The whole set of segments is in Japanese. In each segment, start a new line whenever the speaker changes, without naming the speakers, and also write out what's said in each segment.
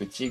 内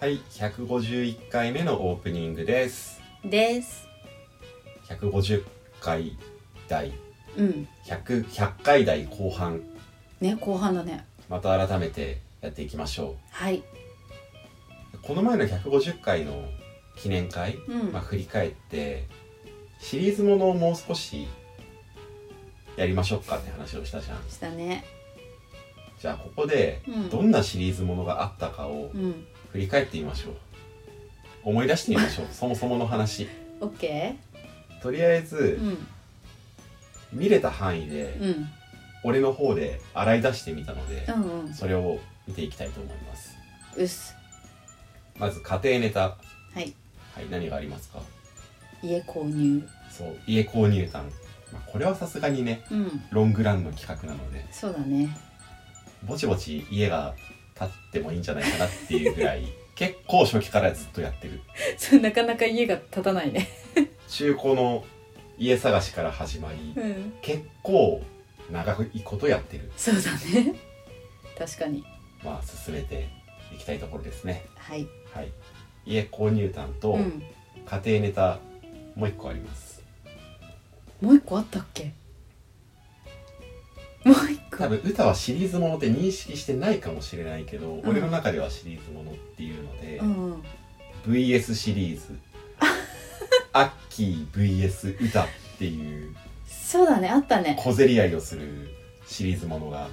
はい151回目のオープニングです
です
150回台
うん
100, 100回台後半
ね後半だね
また改めてやっていきましょう
はい
この前の150回の記念会、
うん
まあ、振り返ってシリーズものをもう少しやりましょうかって話をしたじゃん
したね
じゃあここで
うん
どんなシリーズものがあったかを
うん
振り返ってみましょう思い出してみましょ うそもそもの話
オッケ
とりあえ
ー
ず
うん
見れた範囲で
うん
俺の方で洗い出してみたので
うんうん
それを見ていきたいと思います
うっす
まず家庭ネタ
はい
はい何がありますか
家購入
そう家購入単、まあ、これはさすがにね
うん
ロングランの企画なので
そうだね
ぼちぼち家が建ってもいいんじゃないかなっていうぐらい 結構初期からずっとやってる
そうなかなか家が立たないね
中古の家探しから始まり
うん
結構長いことやってる
そうだね確かに
まあ進めていきたいところですね
はい
はい家購入単と
うん
家庭ネタもう一個あります、
もう一個あったっけもう一個
多分歌はシリーズものって認識してないかもしれないけど、
ん
俺の中ではシリーズものっていうので、
うんうん
VS シリ ーズアッキー VS 歌っていう
そうだねあったね
小競り合いをするシリーズものが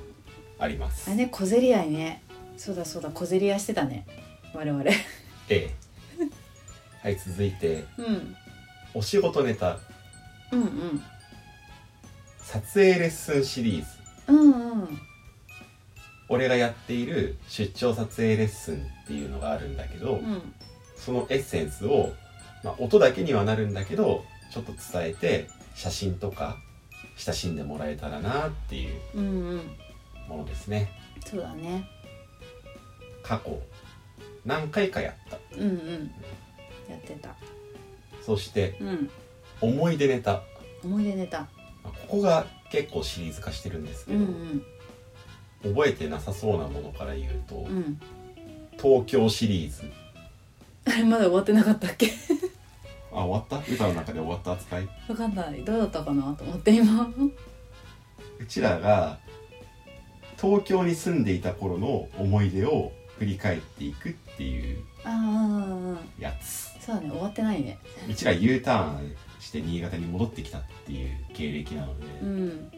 ありま
あ
す
れね小競り合いねそうだそうだ小競り合いしてたね我々
ええはい続いて
うんうん
お仕事ネタ
うん
撮影レッスンシリーズ
うんうん
俺がやっている出張撮影レッスンっていうのがあるんだけど、
うん
そのエッセンスを、まあ、音だけにはなるんだけどちょっと伝えて写真とか親しんでもらえたらなっていう
うんうん
ものですね
そうだね
過去何回かやった
うんうんやってた
そして
うん
思い出ネタ
思い出ネタ
まあここが結構シリーズ化してるんです
う
けど、
ん
覚えてなさそうなものから言うと、
うんうん
東京シリーズ
あれまだ終わってなかったっけ
あ終わった歌の中で終わった扱い
わかんないどうだったかなと思って今
うちらが東京に住んでいた頃の思い出を振り返っていくっていう
ああ
やつ
そうだね終わってないね
うちら U ターンして新潟に戻ってきたっていう経歴なので、
うん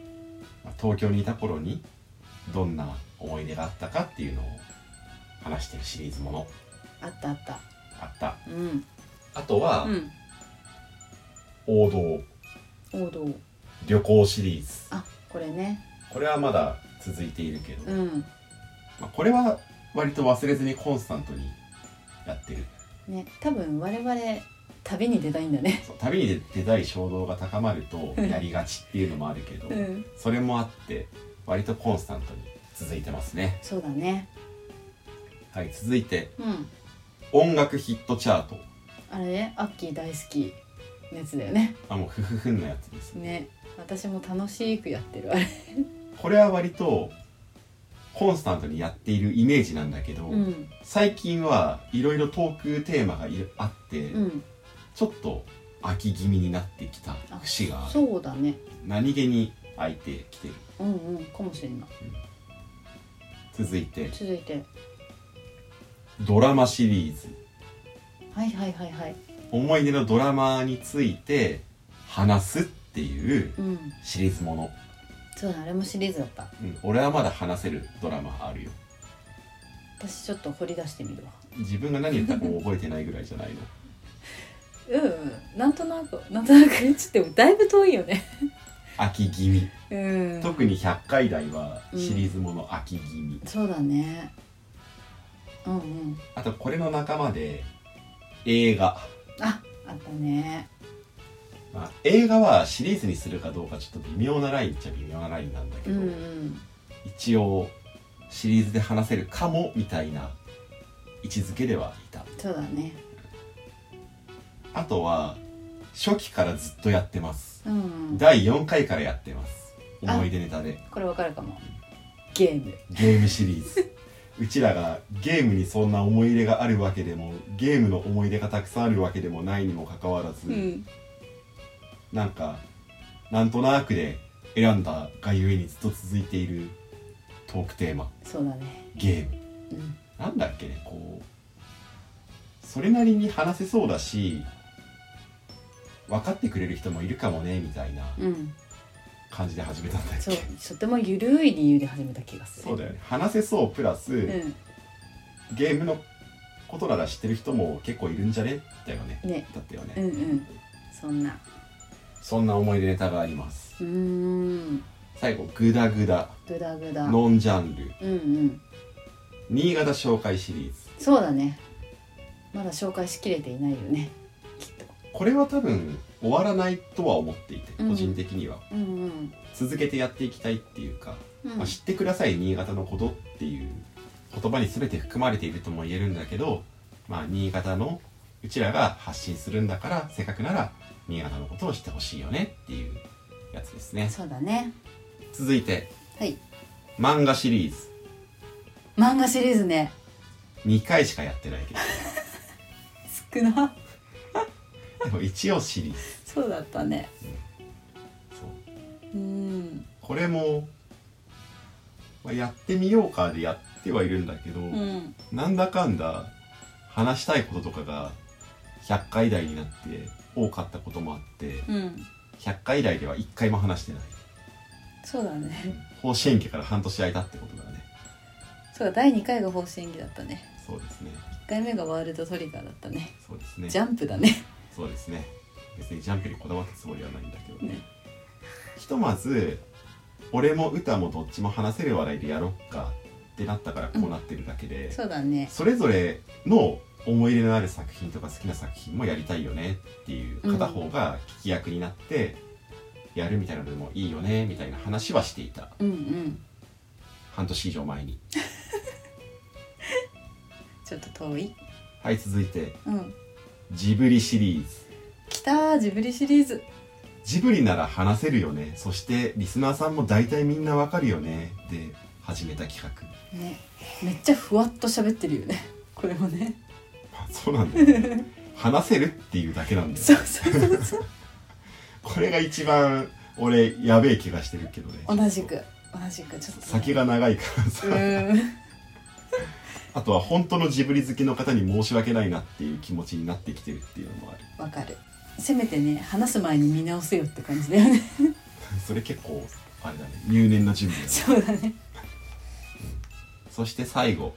まあ東京にいた頃にどんな思い出があったかっていうのを話してるシリーズもの
あったあった
あった
うん
あとは、
うん
王道
王道
旅行シリーズ
あこれね
これはまだ続いているけど、
うん
まあ、これは割と忘れずにコンスタントにやってる
ね多分我々旅に出たいんだね
そう旅に出たい衝動が高まるとやりがちっていうのもあるけど、
うん
それもあって割とコンスタントに続いてますね
そうだね
はい続いて
うん
音楽ヒットチャート
あれねアッキー大好きのやつだよね
あもうフフフンのやつです
ね私も楽しくやってるあれ
これは割とコンスタントにやっているイメージなんだけど、
うん
最近はいろいろトークテーマがいろあって、
うん
ちょっと飽き気味になってきた節がある
そうだね
何気に空いてきてる
うんうんかもしれない
続いて
続いて
ドラマシリーズ
はいはいはいはい
思い出のドラマについて話すっていう
うん
シリーズもの、
そうだあれもシリーズだった
うん、俺はまだ話せるドラマあるよ
私ちょっと掘り出してみるわ
自分が何言ったかも覚えてないぐらいじゃないの
うんなんとなくなんとなくちってもだいぶ遠いよね
飽き気味
うん
特に100回台はシリーズもの飽き気味、
そうだねうんうん
あとこれの仲間で映画、
ああったね
まあ、映画はシリーズにするかどうかちょっと微妙なラインっちゃ微妙なラインなんだけ
う
ど、
んうん
一応シリーズで話せるかもみたいな位置づけではいた
そうだね
あとは初期からずっとやってます
うんうん
第4回からやってます
あ
思い出ネタで
これわかるかもゲーム
ゲームシリーズうちらがゲームにそんな思い入れがあるわけでもゲームの思い出がたくさんあるわけでもないにもかかわらず、
うん
なんかなんとなくで選んだがゆえにずっと続いているトークテーマ
そうだね
ゲーム
うん
なんだっけねこうそれなりに話せそうだし分かってくれる人もいるかもねみたいな
うん
感じで始めたんだっけ
そうとてもゆるい理由で始めた気がする
そうだよね話せそうプラス、ゲームのことなら知ってる人も結構いるんじゃねだよね
うんね
だったよね、
うんうんそんな
そんな思い出ネタがありま
う
す
ーん
最後グダグダ
グダグダ
ノンジャンル
うんうん
新潟紹介シリーズ
そうだねまだ紹介しきれていないよねきっと
これは多分終わらないとは思っていて、
うん
個人的には
うんうん
続けてやっていきたいっていうか、
うん
まあ、知ってください新潟のことっていう言葉に全て含まれているとも言えるんだけど、まあ、新潟のうちらが発信するんだからせっかくなら新潟のことを知ってほしいよねっていうやつですね
そうだね
続いて
はい
漫画シリーズ
漫画シリーズね
2回しかやってないけど
少な
でも一応シリーズ
そうだったね
そう
うん
これも、まあ、やってみようかでやってはいるんだけど、
うん
なんだかんだ話したいこととかが100回台になって多かったこともあって
うん
100回台では1回も話してない
そうだね
甲子園家から半年空いたってことだね
そうだ第2回が方針演技だったね
そうですね
1回目がワールドトリガーだったね
そうですね
ジャンプだね
そうですね別にジャンプにこだわったつもりはないんだけどね
ね
ひとまず俺も歌もどっちも話せる話題でやろっかってなったからこうなってるだけで、
そうだね
それぞれの思い入れのある作品とか好きな作品もやりたいよねっていう
うん
片方が聞き役になってやるみたいなのでもいいよねみたいな話はしていた
うんうん
半年以上前に
ちょっと遠い
はい続いて
うん
ジブリシリーズ
きたージブリシリーズ
ジブリなら話せるよねそしてリスナーさんも大体みんなわかるよねで始めた企画、
ねめっちゃふわっと喋ってるよねこれもね
まあ、そ うなんだよね話せるっていうだけなんだよ
そうそうそうそう
これが一番俺やべえ気がしてるけどね
同じく同じくちょっとね、
先が長いからさ
うーん
あとは本当のジブリ好きの方に申し訳ないなっていう気持ちになってきてるっていうのもある
わかるせめてね話す前に見直せよって感じだよね
それ結構あれだね入念な準備だね
そうだね
そして最後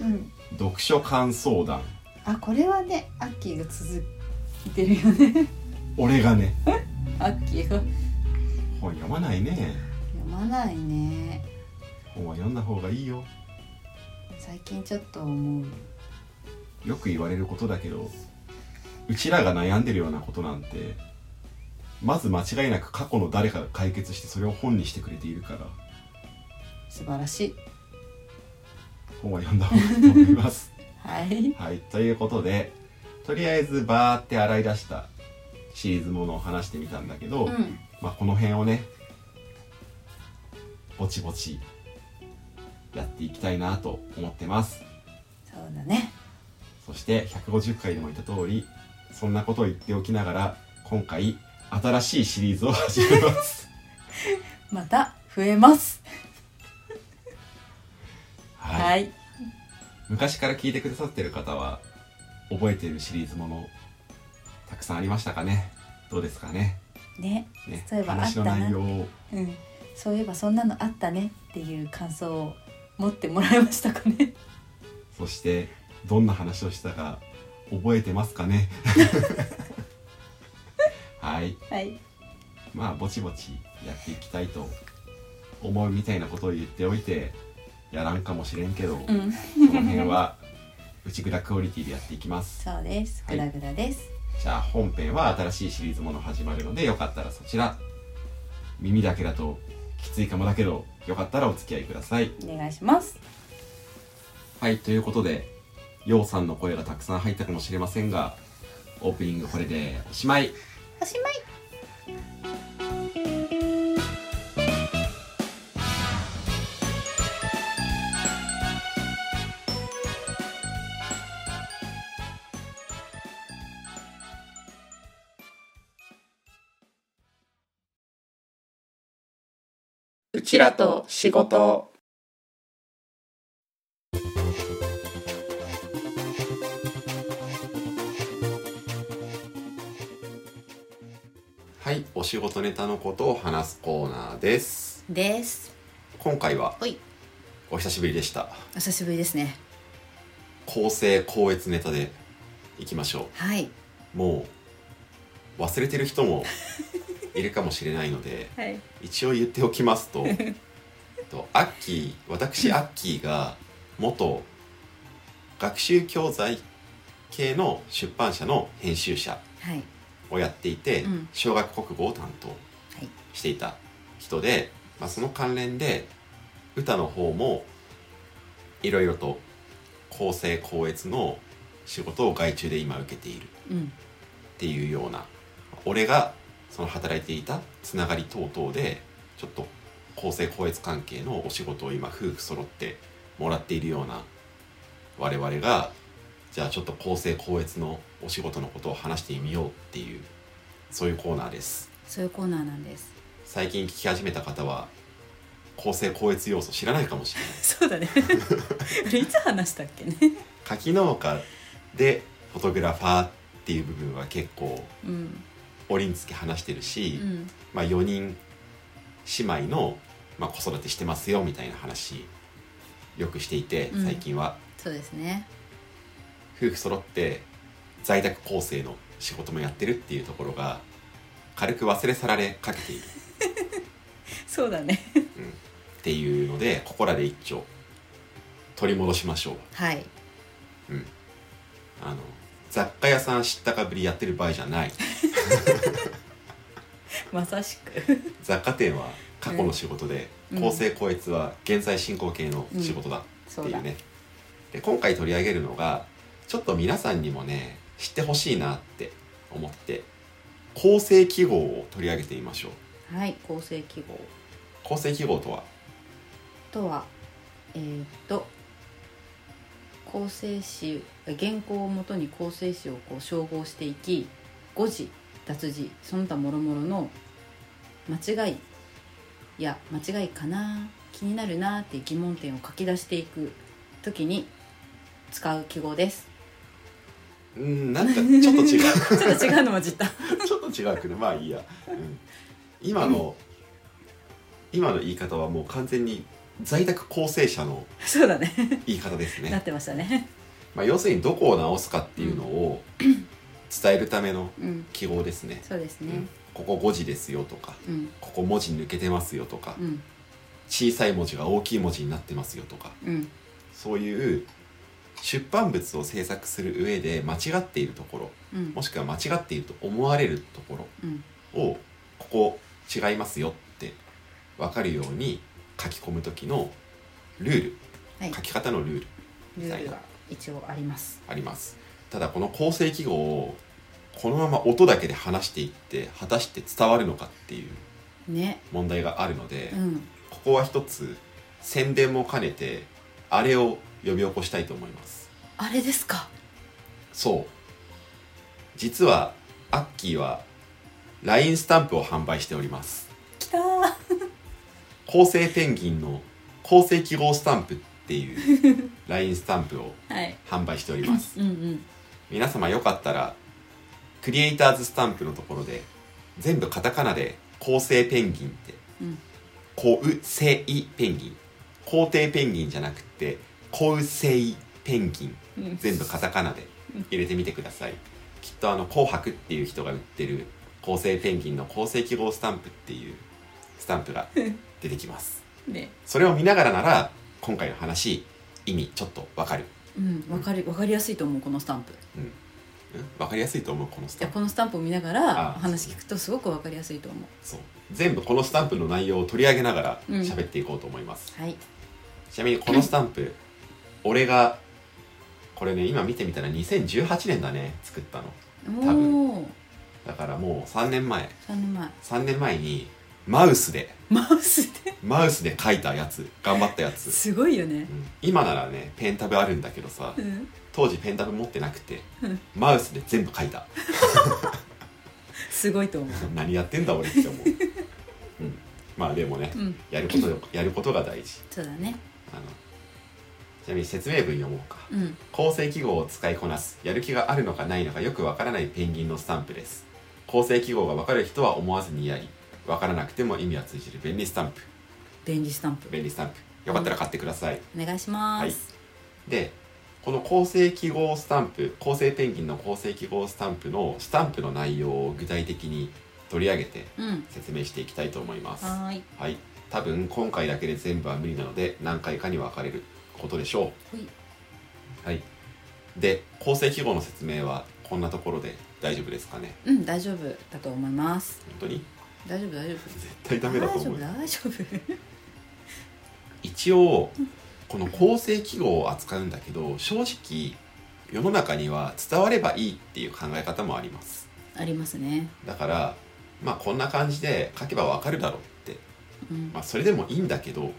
うん
読書感想談
あこれはねアッキーが続いてるよね
俺がね
アッキーが読
本読まないね
まないね
本は読んだ方がいいよ
最近ちょっと思う
よく言われることだけどうちらが悩んでるようなことなんてまず間違いなく過去の誰かが解決してそれを本にしてくれているから
素晴らしい
本は読んだ方がいいと思い ます
はい
はい、ということでとりあえずバーって洗い出したシリーズものを話してみたんだけど、
うん
まあ、この辺をねぼちぼちやっていきたいなと思ってます
そうだね
そして150回でも言った通りそんなことを言っておきながら今回新しいシリーズを始めます
全また増えます。
は い、
はい。
昔から聞いてくださってる方は覚えてるシリーズものたくさんありましたかねどうですかね
ね、
ね
そういえばあっ
話
た
の
な
内容を
うん、そういえばそんなのあったねっていう感想を持ってもらえましたかね。
そしてどんな話をしたか覚えてます かねはい
はい。
まあぼちぼちやっていきたいと思うみたいなことを言っておいてやらんかもしれんけど、
う
こ
ん、
の辺は内蔵クオリティでやっていきます
そうです。
は
グ
い
ダグダです。
じゃあ本編は新しいシリーズもの始まるのでよかったらそちら耳だけだときついかもだけどよかったらお付き合いください
お願いします。
はいということでようさんの声がたくさん入ったかもしれませんがオープニングこれでおしまい
おしまい。
うちらと仕事
はいお仕事ネタのことを話すコーナーです
です。
今回は
はい
お久しぶりでした
お久しぶりですね。
構成高越ネタでいきましょ
はい。
うもう忘れてる人もいるかもしれないので
はい。
一応言っておきますとえっとアッキー私アッキーが元学習教材系の出版社の編集者
はい。
をやっていて、
うん
小学国語を担当
い
していた人で、まあ、その関連で歌の方もいろいろと構成校閲の仕事を外注で今受けている
うん。
っていうような俺がその働いていたつながり等々でちょっと公正高越関係のお仕事を今夫婦揃ってもらっているような我々がじゃあちょっと公正高越のお仕事のことを話してみようっていうそういうコーナーです
そういうコーナーなんです。
最近聞き始めた方は公正高越要素知らないかもしれない
そうだね。あれいつ話したっけね。
柿農家でフォトグラファーっていう部分は結構
うん。
折につき話してるし、
うん。
まあ、4人姉妹の、まあ、子育てしてますよみたいな話よくしていて
うん
最近は、
そうですね。
夫婦揃って在宅構成の仕事もやってるっていうところが軽く忘れ去られかけているっ
そうだね。
ていうのでここらで一丁取り戻しましょう
はい。
あの雑貨屋さん知ったかぶりやってる場合じゃない
まさしく。
雑貨店は過去の仕事で、
うん
構成校閲は現在進行形の仕事だ、っ
そ
て
う
い
だ
う。ねで今回取り上げるのがちょっと皆さんにもね知ってほしいなって思って構成記号を取り上げてみましょう
はい。構成記号。
構成記号とは
とはえーっと構成詞原稿をもとに構成詞をこう照合していき誤字脱字その他諸々の間違いいや間違いかな気になるなっていう疑問点を書き出していく時に使う記号です
うんなんかちょっと 違
ちょっと違うのも 実た
う ちょっと違うけどまあいいや、うん今の今の言い方はもう完全に在宅構成者の
そうだね
言い方です
なっ
ね、
てましたね
まあ、要するにどこを直すかっていうのを伝えるための
うん
記号ですね、
そうです
う
ね
んここ5字ですよとか
うん
ここ文字抜けてますよとか、
うん
小さい文字が大きい文字になってますよとか
うん
そういう出版物を制作する上で間違っているところ
うん
もしくは間違っていると思われるとこ
うん
ろをここ違いますよって分かるように書き込む時のルール、
はい
書き方のルール
ルールが一応あります
ありますただこの構成記号をこのまま音だけで話していって果たして伝わるのかっていう
ね
問題があるので、
うん
ここは一つ宣伝も兼ねてあれを呼び起こしたいと思います
あれですか
そう実はアッキーは LINE スタンプを販売しております
きたー
構成ペンギンの構成記号スタンプっていう LINE スタンプを
はい
販売しております
うんうん
皆様よかったらクリエイターズスタンプのところで全部カタカナで「構成ペンギン」って
うん
「こうせいペンギン」「皇帝ペンギン」じゃなくて「こうせいペンギン」
うん
全部カタカナで入れてみてくださいきっとあの「紅白」っていう人が売ってる構成ペンギンの構成記号スタンプっていうスタンプが出て きます
ね
それを見ながらなら今回の話意味ちょっとわかる
うんわかりわかりやすいと思うこのスタンプい
うんわかりやすいと思うこのスタ
や
ンプ
このスタンプを見なが
あ
らお話聞くとすごくわかりやすいと思
そう全部このスタンプの内容を取り上げながら
うん
喋っていこうと思います、
うはい
ちなみにこのスタン プ俺がこれね今見てみたら2018年だね作ったの多分
おお
だからもう3年前
3年前
3年前にマウスで
マウスで
マウスで書いたやつ頑張ったやつ、
すごいよね
うん今ならねペンタブあるんだけどさ
うん
当時ペンタブ持ってなくて
うん
マウスで全部書いた
すごいと思
何やってんだ俺って思う、うん、まあでもね
ううん
やることよやることが大事
そうだね
あのちなみに説明文読もうか
うん
構成記号を使いこなすやる気があるのかないのかよくわからないペンギンのスタンプです構成記号がわかる人は思わずにやりわからなくても意味は通じる便利スタンプ
便利スタンプ
便利スタンプよかったら買ってください、
お願いします、
はいでこの構成記号スタンプ構成ペンギンの構成記号スタンプのスタンプの内容を具体的に取り上げて
うん
説明していきたいと思います
はーい
はい多分今回だけで全部は無理なので何回かに分かれることでしょ
ほいう
はいで構成記号の説明はこんなところで大丈夫ですかね
うん大丈夫だと思います
本当に
大丈夫大丈夫
絶対ダメだと思
大
う
丈夫大丈夫
一応この構成記号を扱うんだけど正直世の中には伝わればいいっていう考え方もあります
ありますね
だからまあこんな感じで書けばわかるだろうって、
うん
まあ、それでもいいんだけど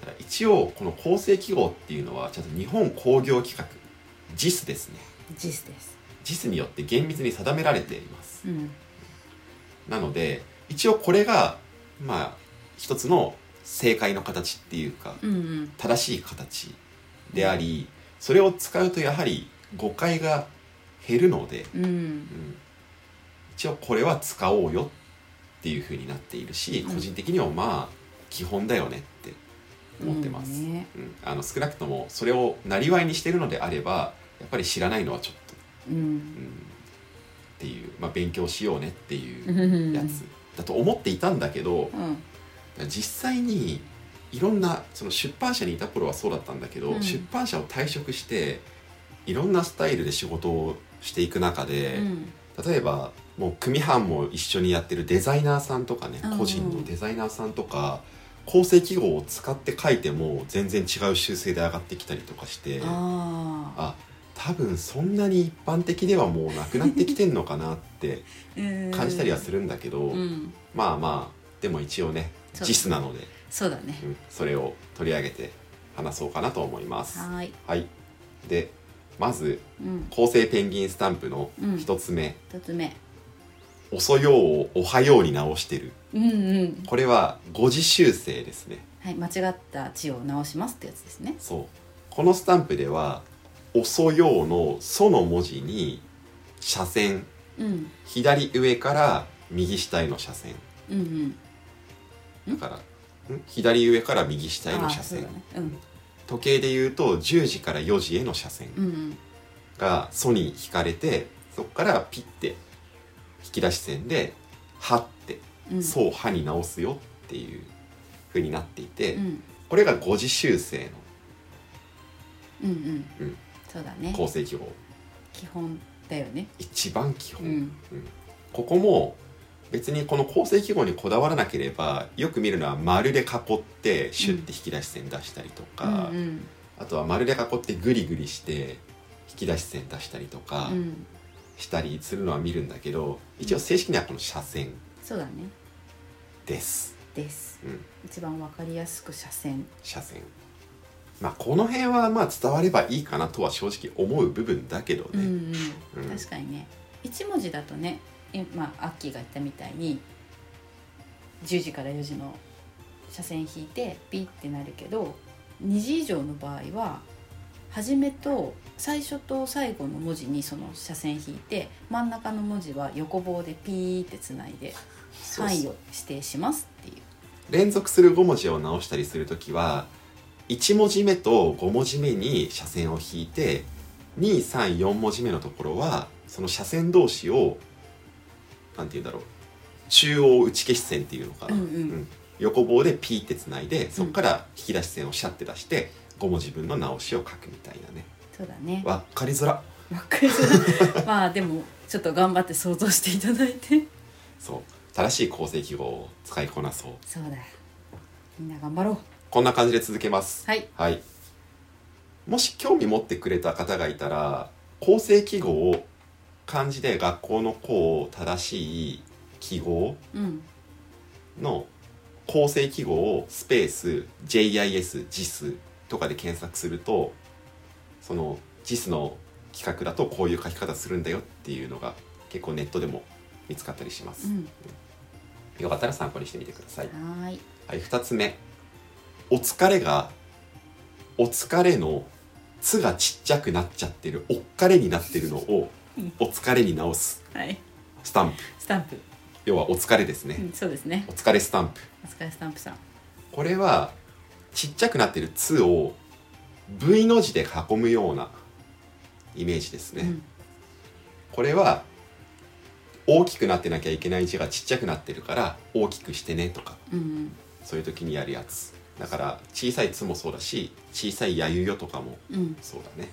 ただ一応この構成記号っていうのはちゃんと日本工業規格 JIS ですね
実です
JIS によって厳密に定められています
うん
なので一応これがまあ一つの正解の形っていうか
うんうん
正しい形でありそれを使うとやはり誤解が減るので、
うん
うん一応これは使おうよっていう風になっているし、
うん
個人的にもまあ基本だよねって思ってます、
うんね
うんあの少なくともそれをなりわいにしてるのであればやっぱり知らないのはちょっと、
う
うんんっていう、まあ、勉強しようねっていう
うん
やつだと思っていたんだけど、
うん
実際にいろんなその出版社にいた頃はそうだったんだけど、
うん
出版社を退職していろんなスタイルで仕事をしていく中
う
で、
ん
例えばもう組版も一緒にやってるデザイナーさんとかね、
うん
個人のデザイナーさんとか構成記号を使って書いても全然違う修正で上がってきたりとかして
ああ
あ多分そんなに一般的ではもうなくなってきてんのかなって感じたりはするんだけど、
うん
まあまあでも一応ね
そう
JIS なので。
そうだね
うんそれを取り上げて話そうかなと思います。
はーい
はい、でまず
うん
構成ペンギンスタンプの
うん
1つ目
二つ目
「おそよう」を「おはよう」に直してる
うんうん
これは誤字修正ですね
はい間違った字を直しますってやつですね
そうこのスタンプでは「おそよう」の「そ」の文字に斜線
うん
左上から右下への斜線
うんうん
だからん左上から右下へ
あ
の斜
ーそうだ
線
ねうん
時計で言うと10時から4時への斜線
うんうん
がソに引かれてそこからピッて引き出し線で「は」って
うん
「そうは」に直すよっていう風になっていて、
うん
これが誤字修正
うんうん
うん
そうだ
の
ね
構成記号
基本だよね
一番基本、
うん
ここも別にこの構成記号にこだわらなければよく見るのは丸で囲ってシュッて引き出し線出したりと
うん
か、
うん
あとは丸で囲ってグリグリして引き出し線出したりとか
うん
したりするのは見るんだけど、一応正式にはこの斜線
そうだね
です。
です
うん
一番わかりやすく斜線
車線まあこの辺はまあ伝わればいいかなとは正直思う部分だけど
うん
ね、
うん
うん
確かにね一文字だとね今アッキーが言ったみたいに10時から4時の車線引いてピッてなるけど2字以上の場合は初めと最初と最後の文字にその斜線引いて真ん中の文字は横棒でピーってつないで
そう
範囲を指定しますっていう
連続する5文字を直したりするときは1文字目と5文字目に斜線を引いて234文字目のところはその斜線同士をなんて言うんだろう中央打ち消し線っていうのかな、
うんうん
横棒でピーってつないでそこから引き出し線をシャッて出して5文字分の直しを書くみたいなね
そうだね
わっかりづら
わかりづらい まあでもちょっと頑張って想像していただいて
そう正しい構成記号を使いこなそう
そうだみんな頑張ろう
こんな感じで続けます
はい
はい、もし興味持ってくれた方がいたら構成記号を漢字で学校の校を正しい記号
うん
の構成記号をスペース JIS、JIS とかで検索するとその JIS の企画だとこういう書き方するんだよっていうのが結構ネットでも見つかったりしま
う
す、
ん
よかったら参考にしてみてください
はーい
はい、2つ目「お疲れ」が「お疲れ」の「つ」がちっちゃくなっちゃってる「おっかれ」になってるのを
うん
「お疲れ」に直す
はい
スタンプ
スタンプ、
要は「お疲れ」ですね、
うん、そうですね
お疲れスタンプ
お疲れスタンプさん
これはちっちゃくなってる「つ」を V の字で囲むようなイメージですね、
うん
これは大きくなってなきゃいけない字がちっちゃくなってるから大きくしてねとか
うん
そういう時にやるやつだから小さい「つ」もそうだし小さい「やゆよ」とかも
うんうん
そうだね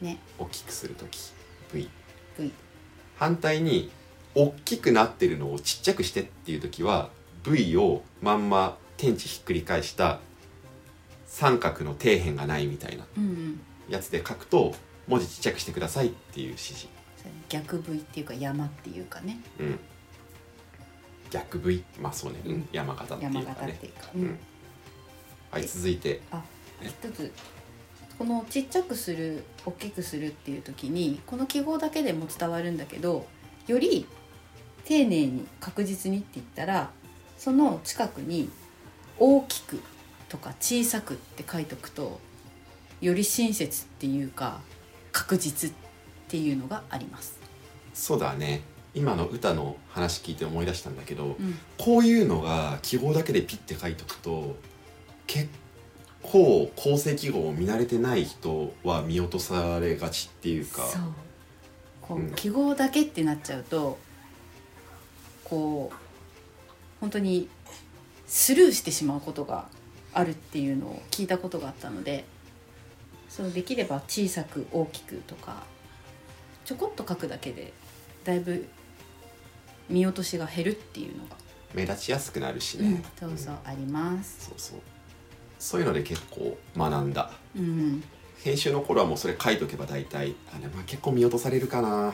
ね
大きくする時 V
V
反対に大きくなってるのをちっちゃくしてっていう時は V をまんま天地ひっくり返した三角の底辺がないみたいな
うんうん
やつで書くと文字ちっちゃくしてくださいっていう指示、
そうね逆 V っていうか山っていうかね
うん、逆 V まあそうね、うん
うん
山形ってい
山
うか
形っ
ね
ていうか、
う
うん
んはい続いて
一つこのちっちゃくする大きくするっていう時にこの記号だけでも伝わるんだけどより丁寧に確実にって言ったらその近くに「大きく」とか「小さく」って書いとくとより親切っていうか確実っていうのがあります。
そうだね今の歌の話聞いて思い出したんだけど、
うん、
こういうのが記号だけでピッて書いとくと結構構成記号を見慣れてない人は見落とされがちっていうか
そうこう、
うん
記号だけってなっちゃうとこう本当にスルーしてしまうことがあるっていうのを聞いたことがあったのでそうできれば小さく大きくとかちょこっと書くだけでだいぶ見落としが減るっていうのが、
目立ちやすくなるしね、
うんそうそう
うん
あります。
そうそうそういうので結構学んだ
うん、
編集の頃はもうそれ書いとけば大体あれ、まあ、結構見落とされる かなう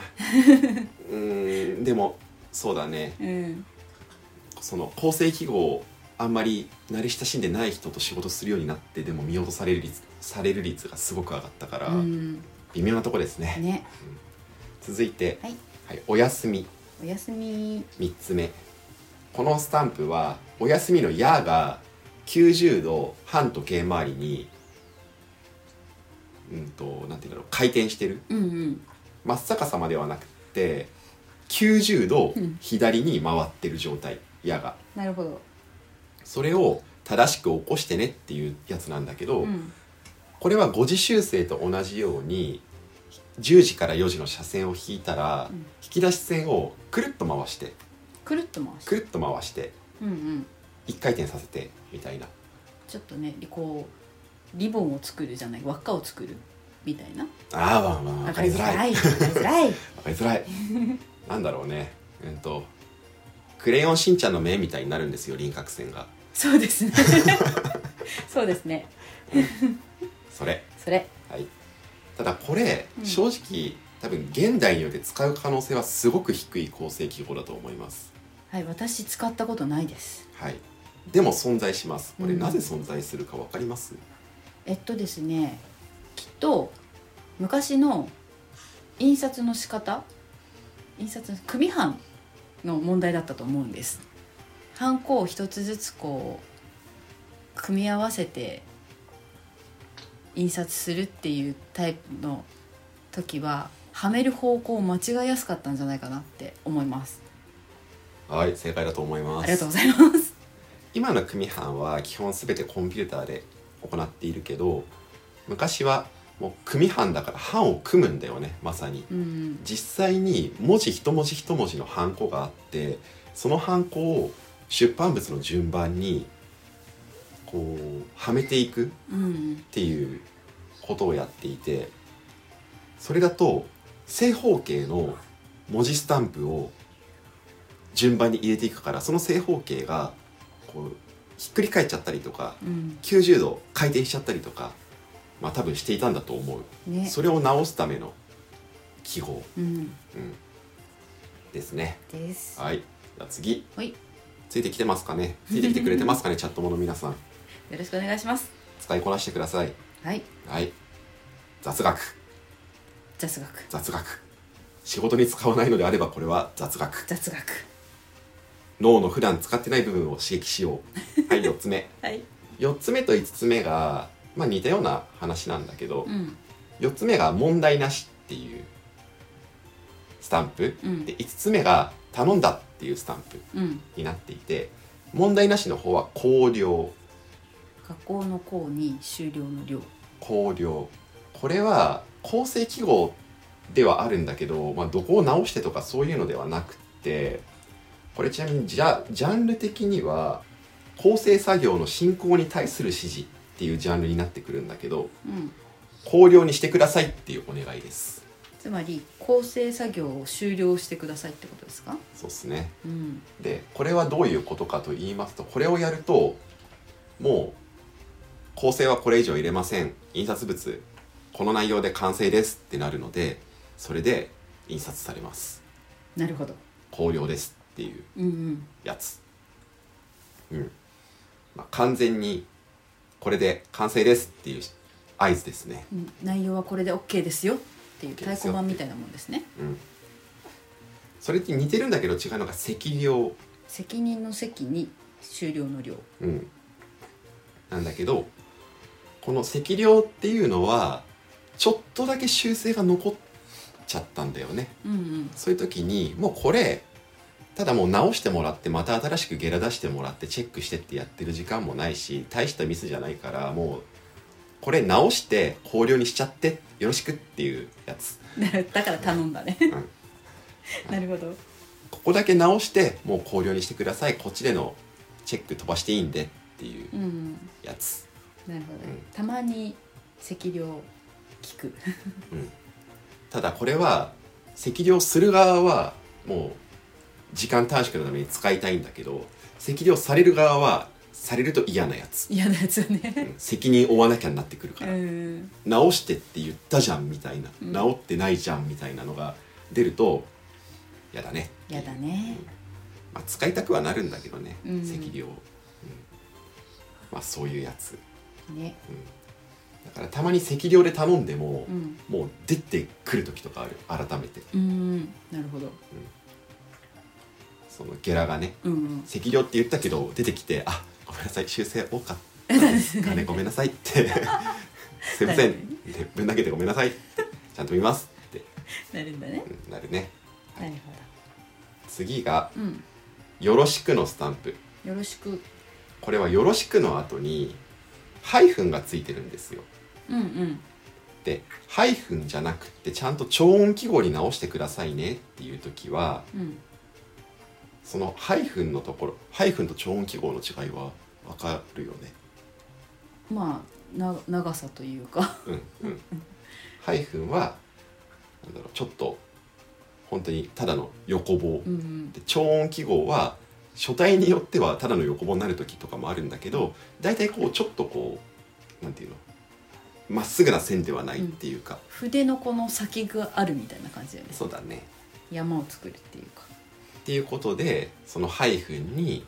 ーんでもそうだね
うん、
その構成記号をあんまり慣れ親しんでない人と仕事するようになってでも見落とされる率される率がすごく上がったから、
うん、
微妙なとこですね
ね
続いて、
はい
はい、おやすみ
おやすみ
3つ目このスタンプはおやすみの「や」が90度反時計回りにうんとなんていうんだろう回転してる
うんうん
真っ逆さまではなくて90度
うん
左に回ってる状態「や」が
なるほど、
それを正しく起こしてねっていうやつなんだけど、
うん、
これは5次修正と同じように10時から4時の斜線を引いたら、
うん
引き出し線をくるっと回して
くるっと回して
くるっと回して
うんうん
1回転させてみたいな
ちょっとねこうリボンを作るじゃない輪っかを作るみたいな
あーわあわあわかりづらいわ
い分かりづら い
かりづらいなんだろうねうんと「クレヨンしんちゃんの目」みたいになるんですよ輪郭線が
そうですね そうですね
それ
それ
はいただこれ、
うん
正直多分現代によって使う可能性はすごく低い構成記号だと思います
はい私使ったことないです
はいでも存在しますこれ
うん
なぜ存在するかわかります、
えっとですねきっと昔の印刷の仕方印刷の組版の問題だったと思うんですハンコを一つずつこう組み合わせて印刷するっていうタイプの時ははめる方向を間違えやすかったんじゃないかなって思います
はい正解だと思います
ありがとうございます
今の組版は基本すべてコンピューターで行っているけど昔はもう組版だから版を組むんだよねまさに
うん
実際に文字一文字一文字のハンコがあってそのハンコを出版物の順番にこうはめていくっ
うん
ていうことをやっていてそれだと正方形の文字スタンプを順番に入れていくからその正方形がこうひっくり返っちゃったりとか
うん
90度回転しちゃったりとかまあ多分していたんだと思う。
ね
それを直すための記号、
うん
うん、ですね
です
はいじゃあ次
はいよ
ついてきてますかねついてきてくれてますかねチャットもの皆さん
ろしくお願いします
使いこなしてください
はい
はい雑学
雑学
雑学仕事に使わないのであればこれは雑学
雑学
脳の普段使ってない部分を刺激しようはい4つ目
はい
4つ目と5つ目がまあ似たような話なんだけど
うん
4つ目が問題なしっていうスタンプ
うん
で5つ目が頼んだっていうスタンプ
うん
になっていて問題なしの方は考慮
学校の校に終了の量
考慮これは構成記号ではあるんだけど、まあ、どこを直してとかそういうのではなくってこれちなみにジャジャンル的には構成作業の進行に対する指示っていうジャンルになってくるんだけど
うん
考慮にしてくださいっていうお願いです
つまり構成作業を終了してくださいってことですか
そうっすね
うん
でこれはどういうことかと言いますとこれをやるともう構成はこれ以上入れません印刷物この内容で完成ですってなるのでそれで印刷されます
なるほど
考慮ですっていう
うんうん
やつうん、まあ、完全にこれで完成ですっていう合図ですね
うん内容はこれで OK ですよっていう
OK ですよ
太鼓判みたいなもんですね
うんそれって似てるんだけど違うのが積量
責任の責に終了の量
うん、なんだけどこの積量っていうのはちょっとだけ修正が残っちゃったんだよね
うんうん
そういう時にもうこれただもう直してもらってまた新しくゲラ出してもらってチェックしてってやってる時間もないし大したミスじゃないからもうこれ直して考慮にしちゃってよろしくっていうやつ
だから頼んだね、
ん
なるほど
ここだけ直してもう考慮にしてくださいこっちでのチェック飛ばしていいんでっていう
うんうん
やつ
なるほど、
うん
たまに積量聞 く
ただこれは積量する側はもう時間短縮のために使いたいんだけど積量される側はされると嫌なやつ
嫌なやつだ
う
ね
ん責任負わなきゃになってくる
う
から、
ん
直してって言ったじゃんみたいな、
うん
直ってないじゃんみたいなのが出ると嫌だね
嫌だね
まあ、使いたくはなるんだけどね、
うん
積量、うんまあそういうやつ
ね
だからたまに積量で頼んでも
う、ん
もう出てくる時とかある改めて
うんなるほど
そのゲラがね
うんうん
赤量って言ったけど出てきてあごめんなさい修正多かったですかねごめんなさいって すいません
なる
でぶん投げてごめんなさいってちゃんと見ますって、
なるんだね
うんなるね
なる
次が
ほどうん
「よろしく」のスタンプ
よろしく
これは「よろしく」の後にハイフンがついてるんですよ
うんうん
でハイフンじゃなくってちゃんと超音記号に直してくださいねっていう時は
うん
そのハイフンのところハイフンと超音記号の違いは分かるよね
まあな長さというか
うんうん、ハイフンはなんだろうちょっと本当にただの横棒、
うんうん
で超音記号は書体によってはただの横棒になる時とかもあるんだけど大体こうちょっとこうなんていうのまっすぐな線ではないっていうか、
筆のこの先があるみたいな感じだよね
そうだね
山を作るっていうか
っていうことでそのハイフンに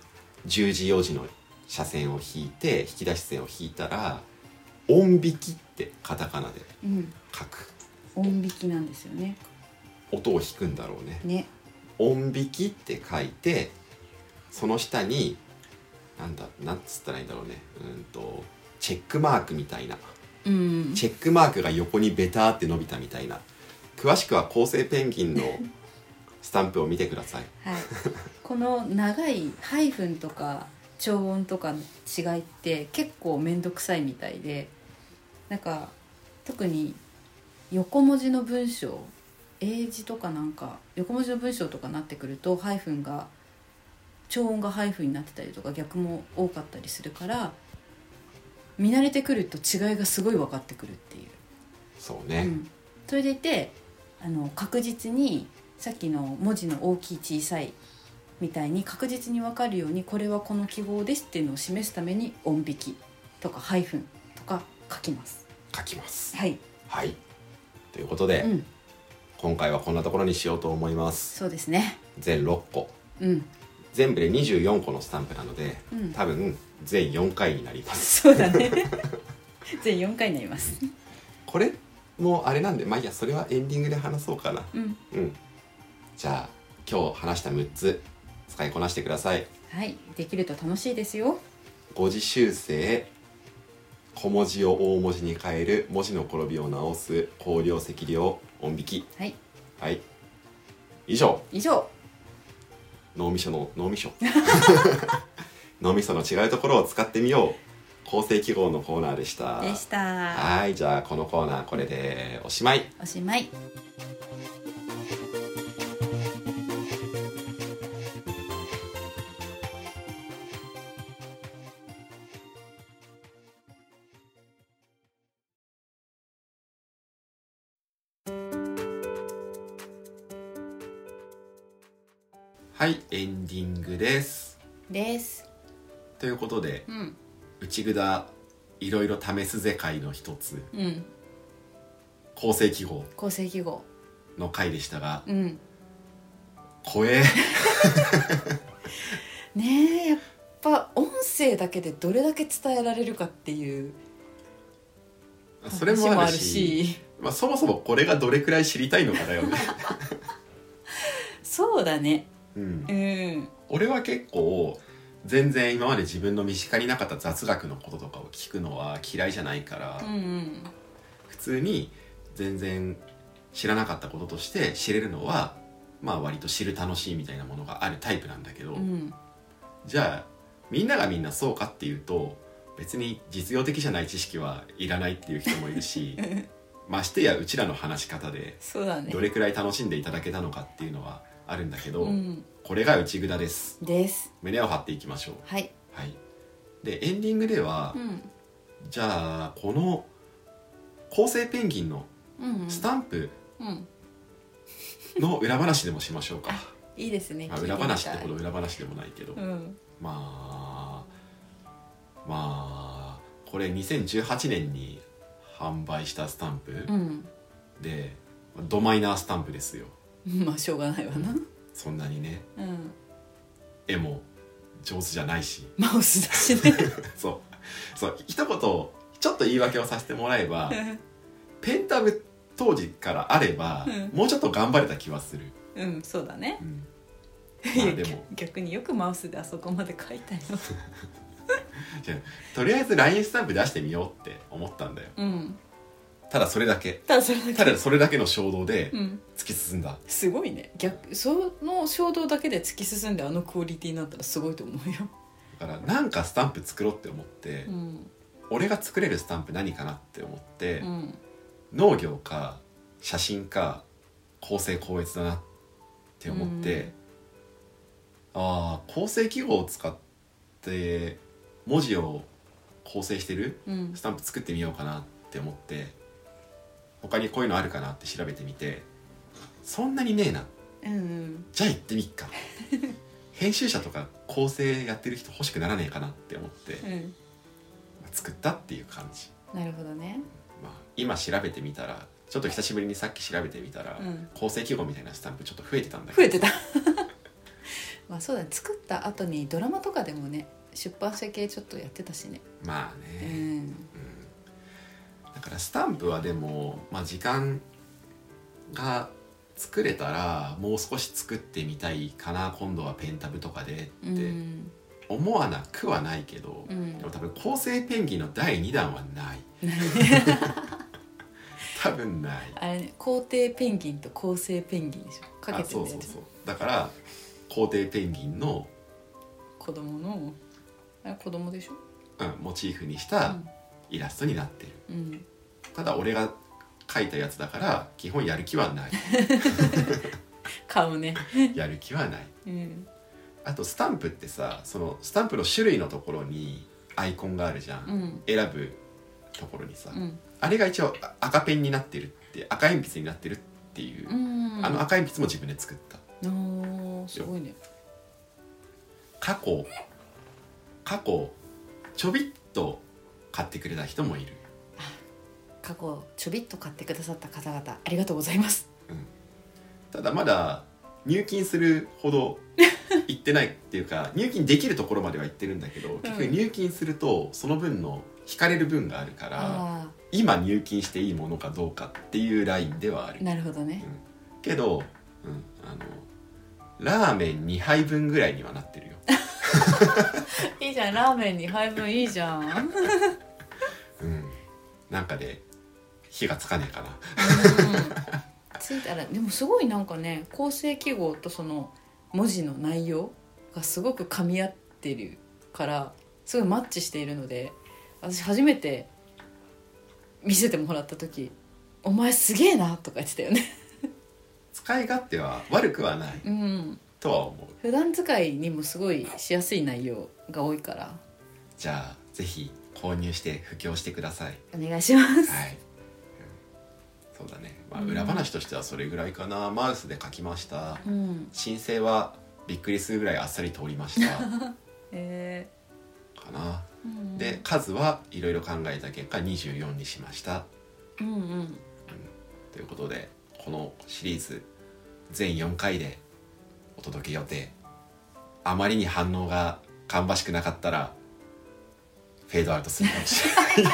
十字4字の斜線を引いて引き出し線を引いたら「音引き」ってカタカナで
うん
書く
音引きなんですよね
音を引くんだろうね。
ね
音引きって書いてその下になんだなんつったらいいんだろうねうんとチェックマークみたいな
うん
チェックマークが横にベターって伸びたみたいな詳しくは恒星ペンギンのスタンプを見てください
はい、この長いハイフンとか長音とかの違いって結構面倒くさいみたいでなんか特に横文字の文章英字とかなんか横文字の文章とかなってくるとハイフンが長音がハイフンになってたりとか逆も多かったりするから見慣れてくると違いがすごい分かってくるっていう。
そうね、
うん、それでいてあの確実にさっきの文字の大きい小さいみたいに確実に分かるようにこれはこの記号ですっていうのを示すために音引きとかハイフンとか書きます。
書きます
はい、
はいということで、
うん、
今回はこんなところにしようと思います
そうですね。
全6個
うん、
全部で24個のスタンプなので、
うん
多分全4回になります
そうだね。全4回になります。
これもあれなんでまあいいやそれはエンディングで話そうかな
うん、
うんじゃあ今日話した6つ使いこなしてください
はい、できると楽しいですよ。
誤字修正小文字を大文字に変える文字の転びを直す光量積量音引き
はい、
はい以上
以上。
脳みその脳 みそ脳みその違うところを使ってみよう構成記号のコーナーでした
でした。
はいじゃあこのコーナーこれでおしまい
おしまい。
はいエンディングです
です。
ということで
うん、
内札いろいろ試す世界の一つ
うん、
構成記号
構成記号。
の回でしたが
うん。
怖 え
ねえやっぱ音声だけでどれだけ伝えられるかっていう
それもあるし
話もあるし
まあ、そもそもこれがどれくらい知りたいのかだよ ね、
そうだね
うん
う、ん
俺は結構全然今まで自分の身近になかった雑学のこととかを聞くのは嫌いじゃないから、
うんうん
普通に全然知らなかったこととして知れるのはまあ割と知る楽しいみたいなものがあるタイプなんだけど、
うん
じゃあみんながみんなそうかっていうと別に実用的じゃない知識はいらないっていう人もい るしましてやうちらの話し方で
そうだね
どれくらい楽しんでいただけたのかっていうのはあるんだけど、
うん
これが内札です
です
胸を張っていきましょう
はい
はいでエンディングでは、
うん
じゃあこの恒星ペンギンの
うん
スタンプ
うん
の裏話でもしましょうか、
いいですね
まあ、
聞いて
裏
みたい
話ってほど裏話でもないけど、
うん
まあまあこれ2018年に販売したスタンプ
うん
で、ドマイナースタンプですよ
まあしょうがないわな
そんなにね
うん
絵も上手じゃないし
マウスだしね
そうそう一言ちょっと言い訳をさせてもらえばペンタブ当時からあれば、
うん
もうちょっと頑張れた気はする、
うんそうだね
うんまあでも
逆によくマウスであそこまで書いたよ
とりあえず LINE スタンプ出してみようって思ったんだよ
うん
ただそれだけ
ただそれだけ
ただそれだけの衝動で
うん
突き進んだ、
すごいね逆その衝動だけで突き進んであのクオリティになったらすごいと思うよ、
だからなんかスタンプ作ろうって思って、
うん
俺が作れるスタンプ何かなって思って、
うん、
農業か写真か構成高越だなって思って、ああ構成記号を使って文字を構成してる
うん
スタンプ作ってみようかなって思って他にこういうのあるかなって調べてみてそんなにねえな
うん
じゃあ行ってみっか編集者とか構成やってる人欲しくならねえかなって思って
うん
作ったっていう感じ、
なるほどね
まあ、今調べてみたらちょっと久しぶりにさっき調べてみたら、
うん
構成記号みたいなスタンプちょっと増えてたんだけど
増えてた まあそうだね作った後にドラマとかでもね出版社系ちょっとやってたしね
まあ
う
ね、
ん
だからスタンプはでも、まあ、時間が作れたらもう少し作ってみたいかな今度はペンタブとかで
う
って
ん
思わなくはないけど、
うん
でも多分構成ペンギンの第2弾は ない多分ない
あれね皇帝ペンギンと恒星ペンギンでしょかけ
あ
て
そ
る
う
やつ
そうそうだから皇帝ペンギンの、
子供のあれ子供でしょ
うん、モチーフにした
うん
イラストになってる、
うん
ただ俺が描いたやつだから基本やる気はない
顔ね
やる気はない
うん
あとスタンプってさそのスタンプの種類のところにアイコンがあるじゃん、
うん
選ぶところにさ、
うん
あれが一応あ赤ペンになってるって赤鉛筆になってるっていう、
うん
あの赤鉛筆も自分で作った
おーすごいね
過去過去ちょびっと買ってくれた人もいる
過去ちょびっと買ってくださった方々ありがとうございます
ただまだ入金するほど行ってないっていうか 入金できるところまでは行ってるんだけど結局入金するとその分の引かれる分があるから、
あ
今入金していいものかどうかっていうラインではある
あなるほどね
けど、うん、あのラーメン2杯分ぐらいにはなってる よ、
いいじゃんラーメン2杯分いいじゃんうん
うん、なんかで火がつかねえかな
ついたらでもすごいなんかね構成記号とその文字の内容がすごく噛み合ってるからすごいマッチしているので私初めて見せてもらった時「お前すげえな」とか言ってたよね
使い勝手は悪くはない
うん
とは思う
普段使いにもすごいしやすい内容が多いから
じゃあぜひ購入して布教してください
お願いします
はい、うんそうだね、まあ、裏話としてはそれぐらいかな、マウスで書きました
うん
申請はびっくりするぐらいあっさり通りました
え
かな
ーうん
で数はいろいろ考えた結果24にしました
うんうん
ということでこのシリーズ全4回でお届け予定あまりに反応が芳しくなかったらフェードアウトするかもしれない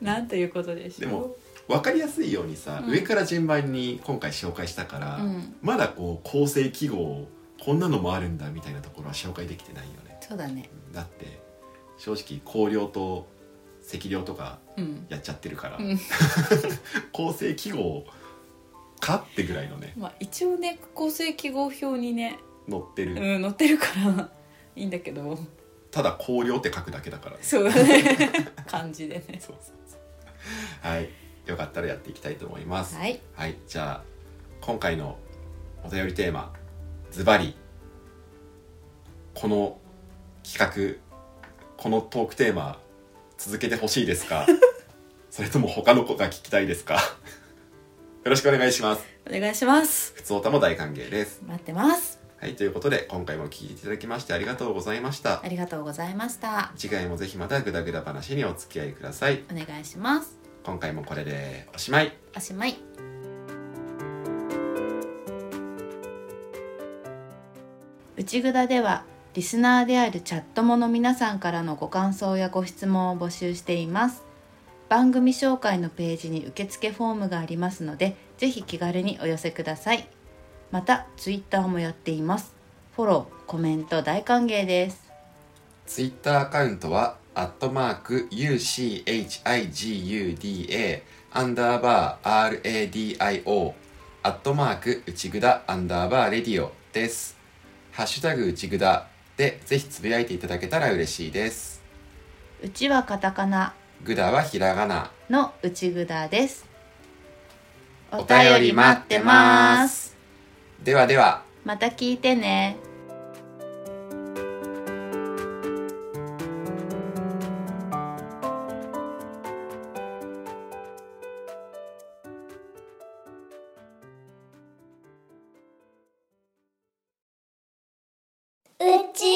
なんということでし
で
ょう
も分かりやすいようにさ、
うん
上から順番に今回紹介したから、
うん
まだこう構成記号こんなのもあるんだみたいなところは紹介できてないよね
そうだね
だって正直光量と赤量とか
うん
やっちゃってるから、
うん
構成記号かってぐらいのね
まあ一応ね構成記号表にね、
載ってる、
うん、載ってるからいいんだけど
ただ光量って書くだけだから、
そうだ ね感じでね
そうそうそうはいよかったらやっていきたいと思いますはい、
はい
じゃあ今回のお便りテーマズバリこの企画このトークテーマ続けてほしいですかそれとも他の子が聞きたいですか よろしくお願いします
お願いします
普通おたも大歓迎です
待ってます
はいということで今回も聞いていただきましてありがとうございました
ありがとうございました
次回もぜひまたグダグダ話にお付き合いください
お願いします
今回もこれでおしまい
おしまい
内ぐだではリスナーであるチャットもの皆さんからのご感想やご質問を募集しています番組紹介のページに受付フォームがありますのでぜひ気軽にお寄せくださいまたツイッターもやっていますフォローコメント大歓迎です
ツイッターアカウントは、アットマーク UCHIGUDA アンダーバー RADIO アットマーク内ぐだアンダーバーレディオです。ハッシュタグ内ぐだでぜひつぶやいていただけたら嬉しいです。
うちはカタカナ
ぐだはひらがな。
の内ぐだですお
便り待ってますではでは。
また聞いてね
うち